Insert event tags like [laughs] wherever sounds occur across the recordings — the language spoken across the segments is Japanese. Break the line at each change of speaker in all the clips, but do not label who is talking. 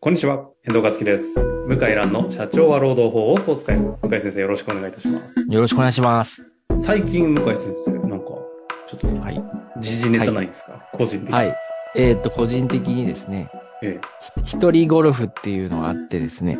こんにちは、遠藤和樹です。向井蘭の社長は労働法をお使い。向井先生、よろしくお願いいたします。
よろしくお願いします。
最近、向井先生、なんか、ちょっと、
はい。
時事ネタないですか、個人的に。
はい。えっ、と、個人的にですね、
ええ
ひ一人ゴルフっていうのがあってですね、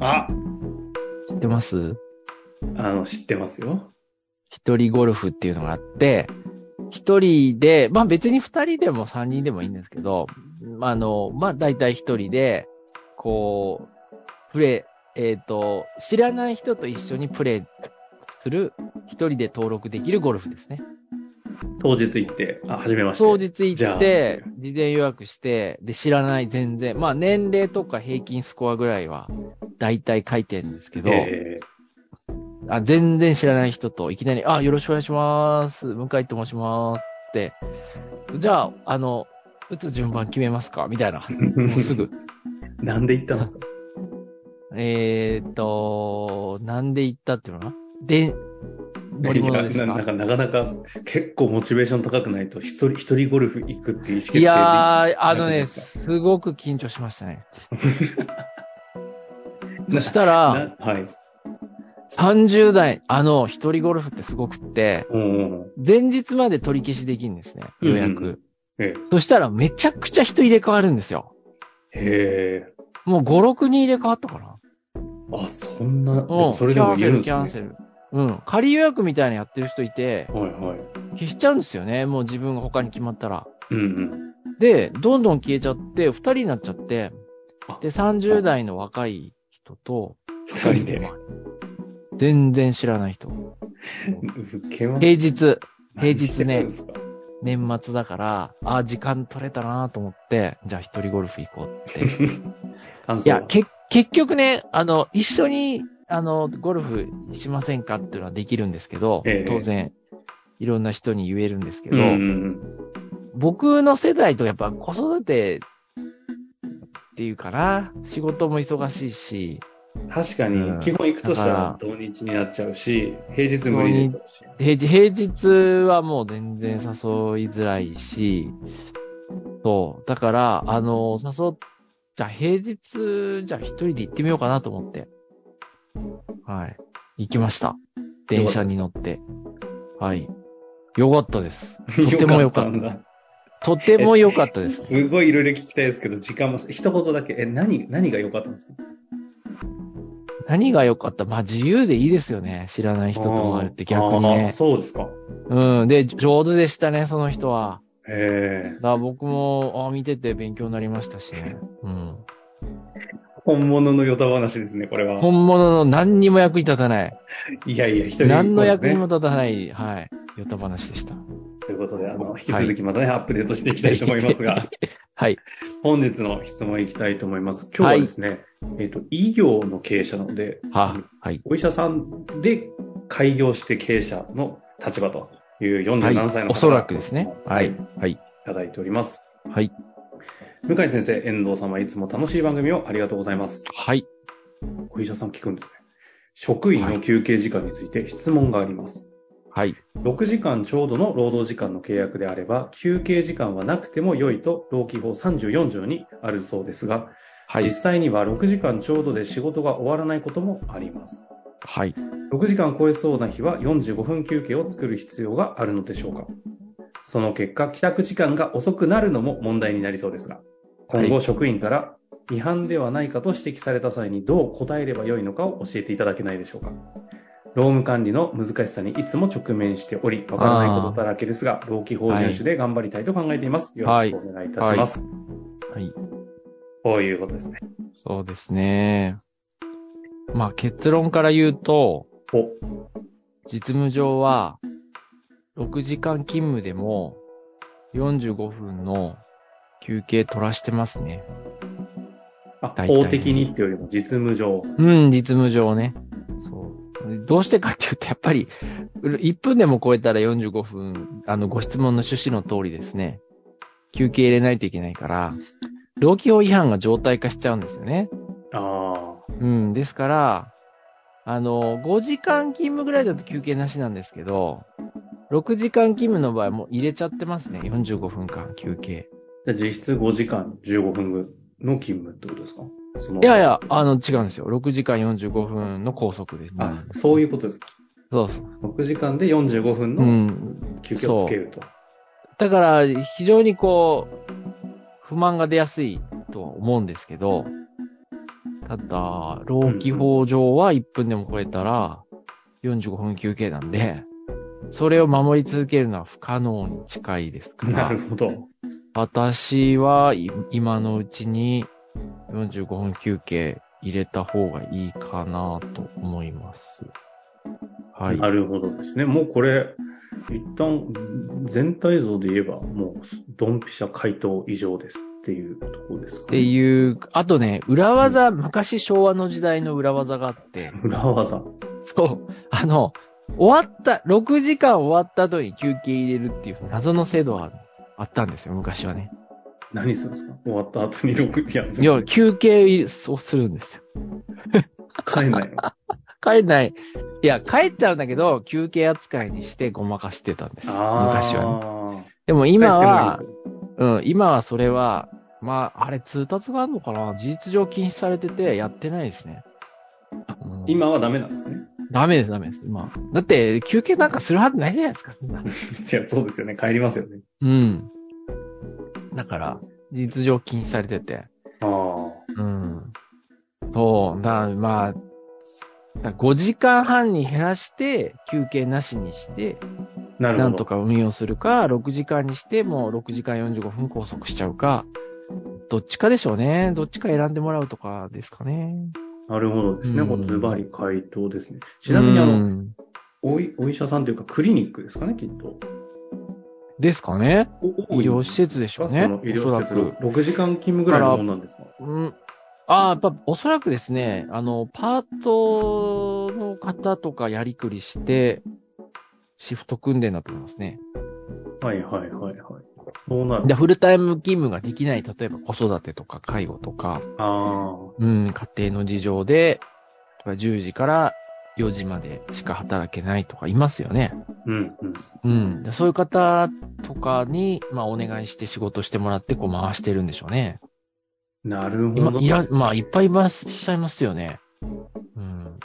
あ、
知ってます
あの、知ってますよ。
一人ゴルフっていうのがあって、一人で、まあ別に二人でも三人でもいいんですけど、まああの、まあ大体一人で、こう、プレイ、えっ、と、知らない人と一緒にプレイする、一人で登録できるゴルフですね。
当日行って、あ、初めまして。
当
じ
日行
ゃ
っ
あ
て、事前予約して、で、知らない全然。まあ、年齢とか平均スコアぐらいは、だいたい書いてるんですけど、
ええ
あ、全然知らない人といきなり、あ、よろしくお願いします。向井と申します。って、じゃあ、あの、打つ順番決めますかみたいな。もうすぐ。
[laughs] なんで行ったんですか
えーっと、なんで行ったっていうのかなで、乗り物です
いやな
か
んかなかなか、結構モチベーション高くないと、一人、一人ゴルフ行くっていう意識
いやー、あの
なん
ね、
ですか
すごく緊張しまし
[laughs]
たね。
な
そしたら、
なはい。
30代、あの、一人ゴルフってすごくって、
うんうんうん。
前日まで取り消しできるんですね、予約。
うんうんえ
そしたらめちゃくちゃ人入れ替わるんですよ。
えへえ
もう5、6人入れ替わったかな。
あ、そんな、
うん、
それでも
キ
言えるん
ャンセル、
で
キ
す
ャン
ね。
セル。うん、仮予約みたいなのやってる人いて、
はいはい。
消しちゃうんですよね、もう自分が他に決まったら。
うんうん。
で、どんどん消えちゃって、2人になっちゃって
あ、
で、30代の若い人と、
二人で。
全然知らない人。
受けま
平日、平日
何
ね
してるんですか
年末だから、あー時間取れたなと思って、じゃあ一人ゴルフ行こう
[laughs]
って。い
感想は
や、け、結局ね、あの、一緒に、あの、ゴルフしませんかっていうのはできるんですけど、
ええ
当然、いろんな人に言えるんですけ
う
ど、
んうん
僕の世代とやっぱ子育てっていうかな、仕事も忙しいし、
うん。確か
うん
に、基本行くとしたら
だ
土日になっちゃうし、平日無理ですし。
平日、平日はもう全然誘いづらいし、そう。だから、あの、誘っ、じゃあ平日、じゃあ一人で行ってみようかなと思って。はい。行きました。電車に乗って。はい。よかったです。とても良かった
んだ。
とても良かったです。
すごいいろいろ聞きたいですけど、時間も、一言だけ、え、何、何が良かったんですか
何が良かったまあ自由でいいですよね。知らない人と会えるって逆に
あー
ね。
そうですか。
うん。で、上手でしたね、その人は。
へえ。
だから僕も、あ見てて勉強になりましたしね。うん。
本物のヨタ話ですね、これは。
本物の何にも役に立たない。
いやいや、一人
何の役にも
ね。
立たない、はい。ヨタ話でした。
ということで、あの、引き続きまたね、アップデートしていきたいと思いますが。
[laughs] はい。
本日の質問いきたいと思います。今日はですね、えっ、と、医業の経営者なので、
は、はい。
お医者さんで開業して経営者の立場という
はい
47歳の方、
おそらくですね。は
はい。
い
い。
はい。
ただいております。
はい。
向井先生、遠藤様、いつも楽しい番組をありがとうございます。
はい。
お医者さん聞くんですね。職員の休憩時間について質問があります。
はい。
6時間ちょうどの労働時間の契約であれば、休憩時間はなくても良いと、労基法34条にあるそうですが、
は
実
い。
際には6時間ちょうどで仕事が終わらないこともあります。
はい。
6時間超えそうな日は45分休憩を作る必要があるのでしょうかその結果、帰宅時間が遅くなるのも問題になりそうですが、今後職員から違反ではないかと指摘された際にどう答えればよいのかを教えていただけないでしょうか労務管理の難しさにいつも直面しており、わからないことだらけですが、労基法遵守で頑張りたいと考えています。よろしくお願いいたします。
はい。
こういうことですね。
そうですね。まあ結論から言うと、
お、
実務上は、6時間勤務でも、45分の休憩取らしてますね。
あ
大体
法的にっていうよりも実務上。
うん、実務上ね。そう。どうしてかっていうと、やっぱり、うる1分でも超えたら45分、あの、ご質問の趣旨の通りですね。休憩入れないといけないから、労基法違反が常態化しちゃうんですよね。
ああ、
うん、ですから、あの、5時間勤務ぐらいだと休憩なしなんですけど、6時間勤務の場合もう入れちゃってますね。45分間休憩。
じゃあ実質5時間15分の勤務ってことですかその
いやいや、あの、違うんですよ。6時間45分の高速です。
あ、そういうことですか。
そうそう。
6時間で45分
う
の
ん。
休憩をつけると。
だから、非常にこう、不満が出やすいとは思うんですけど、ただ、労基法上は1分でも超えたら、45分休憩なんで、それを守り続けるのは不可能に近いですか
[laughs] な
ら
る、ほど。
私はい今のうちに45分休憩入れた方がいいかなと思います。はい。
なるほどですね。もうこれ、一旦、全体像で言えば、もう、ドンピシャ回答以上ですっていうところです
っ
か、
て
ね。
いう、あとね、裏技、昔昭和の時代の裏技があって、
裏技。
そう、あの、終わった、6時間終わった後に休憩入れるっていう謎の制度はあったんですよ、昔はね。
何するんですか終わった後に6休
いや、休憩をするんですよ。
帰ん
[laughs]
ないの。あ
帰んない。いや、帰っちゃうんだけど、休憩扱いにしてごまかしてたんです。
あ。
昔はね。でも今は
帰っ、てもいい
うん、今はそれは、まあ、あれ通達があるのかな事実上禁止されてて、やってないですね。う
と、
ん
今はダメなんですね。
ダメです、ダメです。今。だって、休憩なんかするはずないじゃないですか。そんない
[laughs] や、そうですよね。帰りますよね。
うん。だから、事実上禁止されてて。
ああ。
うん。そう、だまあ、だ5時間半に減らして、休憩なしにして、
なるほど。
なんとか運用するか、6時間にしてもう6時間45分拘束しちゃうか、どっちかでしょうね。どっちか選んでもらうとかですかね。
なるほどですね。
うん
こうズバリ回答ですね。ちなみに、あ
う
の、
ん
おいお医者さんというか、クリニックですかね、きっと。
ですかね。
お
医療施設でしょうね。
その医
おそ
療
ら
施設
く。
6時間勤務ぐらいのもんなんですか
うん。ああ、やっぱ、おそらくですね、あの、パートの方とかやりくりして、シフト組んでんだと思いますね。
はいはいはいはい。そうなる。
で、フルタイム勤務ができない、例えば子育てとか介護とか、
あ
うん、家庭の事情で、例えば10時から4時までしか働けないとかいますよね。
あ。うんうん。
うん。でそういう方とかに、まあ、お願いして仕事してもらって、こう回してるんでしょうね。
なるほ
今、
ど。
いら、まあ、いっぱいいらっしゃいますよね。うん。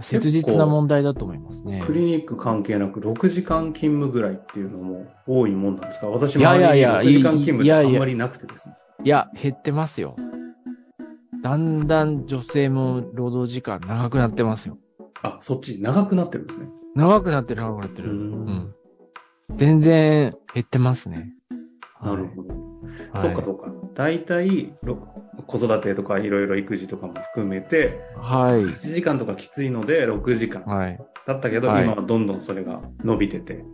切実な問題だと思いますね。
クリニック関係なく6時間勤務ぐらいっていうのも多いもんなんですか私
い
も
やいやいや
6時間勤務っ
い
て
や
あ
いや
んまりなくてですね。
いや、減ってますよ。だんだん女性も労働時間長くなってますよ。
あ、そっち長くなってるんですね。
長くなってる、長くなって
う。
る。うんん。全然減ってますね。
なるほど。
はい
そっかそっか。大体、ろ子育てとかいろいろ育児とかも含めて、
はい。
8時間とかきついので6時間
はい。
だったけど、
はい
今はどんどんそれが伸びてて。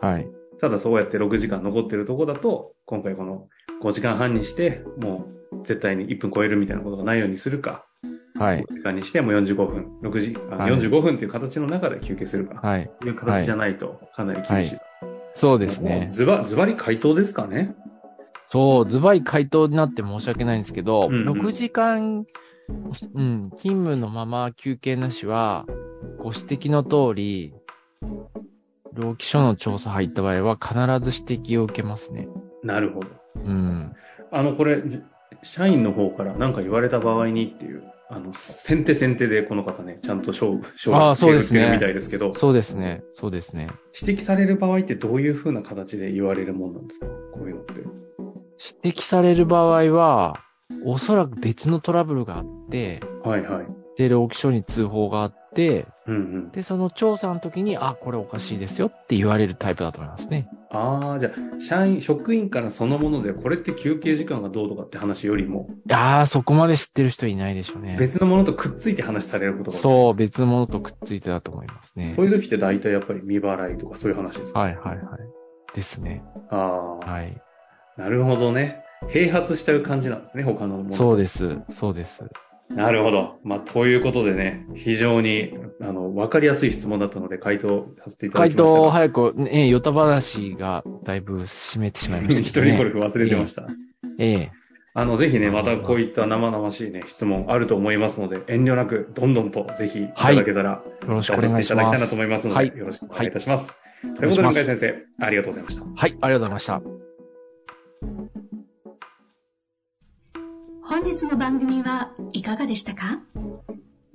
はい。
ただそうやって6時間残ってるとこだと、今回この5時間半にして、もう絶対に1分超えるみたいなことがないようにするか、
はい。
5時間にしても45分、6時、あ
はい
45分っていう形の中で休憩するか、
はい。
という形じゃないとかなり厳しい。
そうです
もう
ね。
ズバ、ズバリ回答ですかね
そう、ズバリ回答になって申し訳ないんですけど、
うんうん
6時間、うん、勤務のまま休憩なしは、ご指摘の通り、労基署の調査入った場合は必ず指摘を受けますね。
なるほど。
うん。
あの、これ、社員の方から何か言われた場合にっていう、あの、先手先手でこの方ね、ちゃんと勝負、勝負
あーそうですね
してるみたいですけど、
そうですね。そうですね。
指摘される場合ってどういう風な形で言われるもんなんですかこういうのって。
指摘される場合は、おそらく別のトラブルがあって、
はいはい。
で、労基署に通報があって、
うんうん。
で、その調査の時に、あ、これおかしいですよって言われるタイプだと思いますね。
ああ、じゃあ、社員、職員からそのもので、これって休憩時間がどうとかって話よりも、
ああ、そこまで知ってる人いないでしょうね。
別のものとくっついて話されることが
そう、別のものとくっついてだと思いますね
こ。ういう時って大体やっぱり未払いとかそういう話ですか
はいはいはい。ですね。
ああ、
はい。
なるほどね。併発しちゃう感じなんですね、他のもの。
そうです。そうです。
なるほど。まあ、ということでね、非常に、あの、わかりやすい質問だったので、回答させていただき
回
ましたが。
答を早く、ね、ヨタ話がだいぶ締めてしまいました、ね。
[laughs] 一人ゴルフ忘れてました。
ええ。
あの、ぜひね、
まあ
ま
まあ
たこういった生々しいね、質問あると思いますので、遠慮なく、どんどんと、ぜひ、いただけたら、
よろしくお
お願
願
い
い
し
し
ま。
ます
いただきたいな
す。
と思いますので、
はい
よろしくお願いいたします。という
お願い
こと
し
で、
ま
向
す
井先生、ありがとうございました。
はい、ありがとうございました。
は本日の番組はいかがでしたか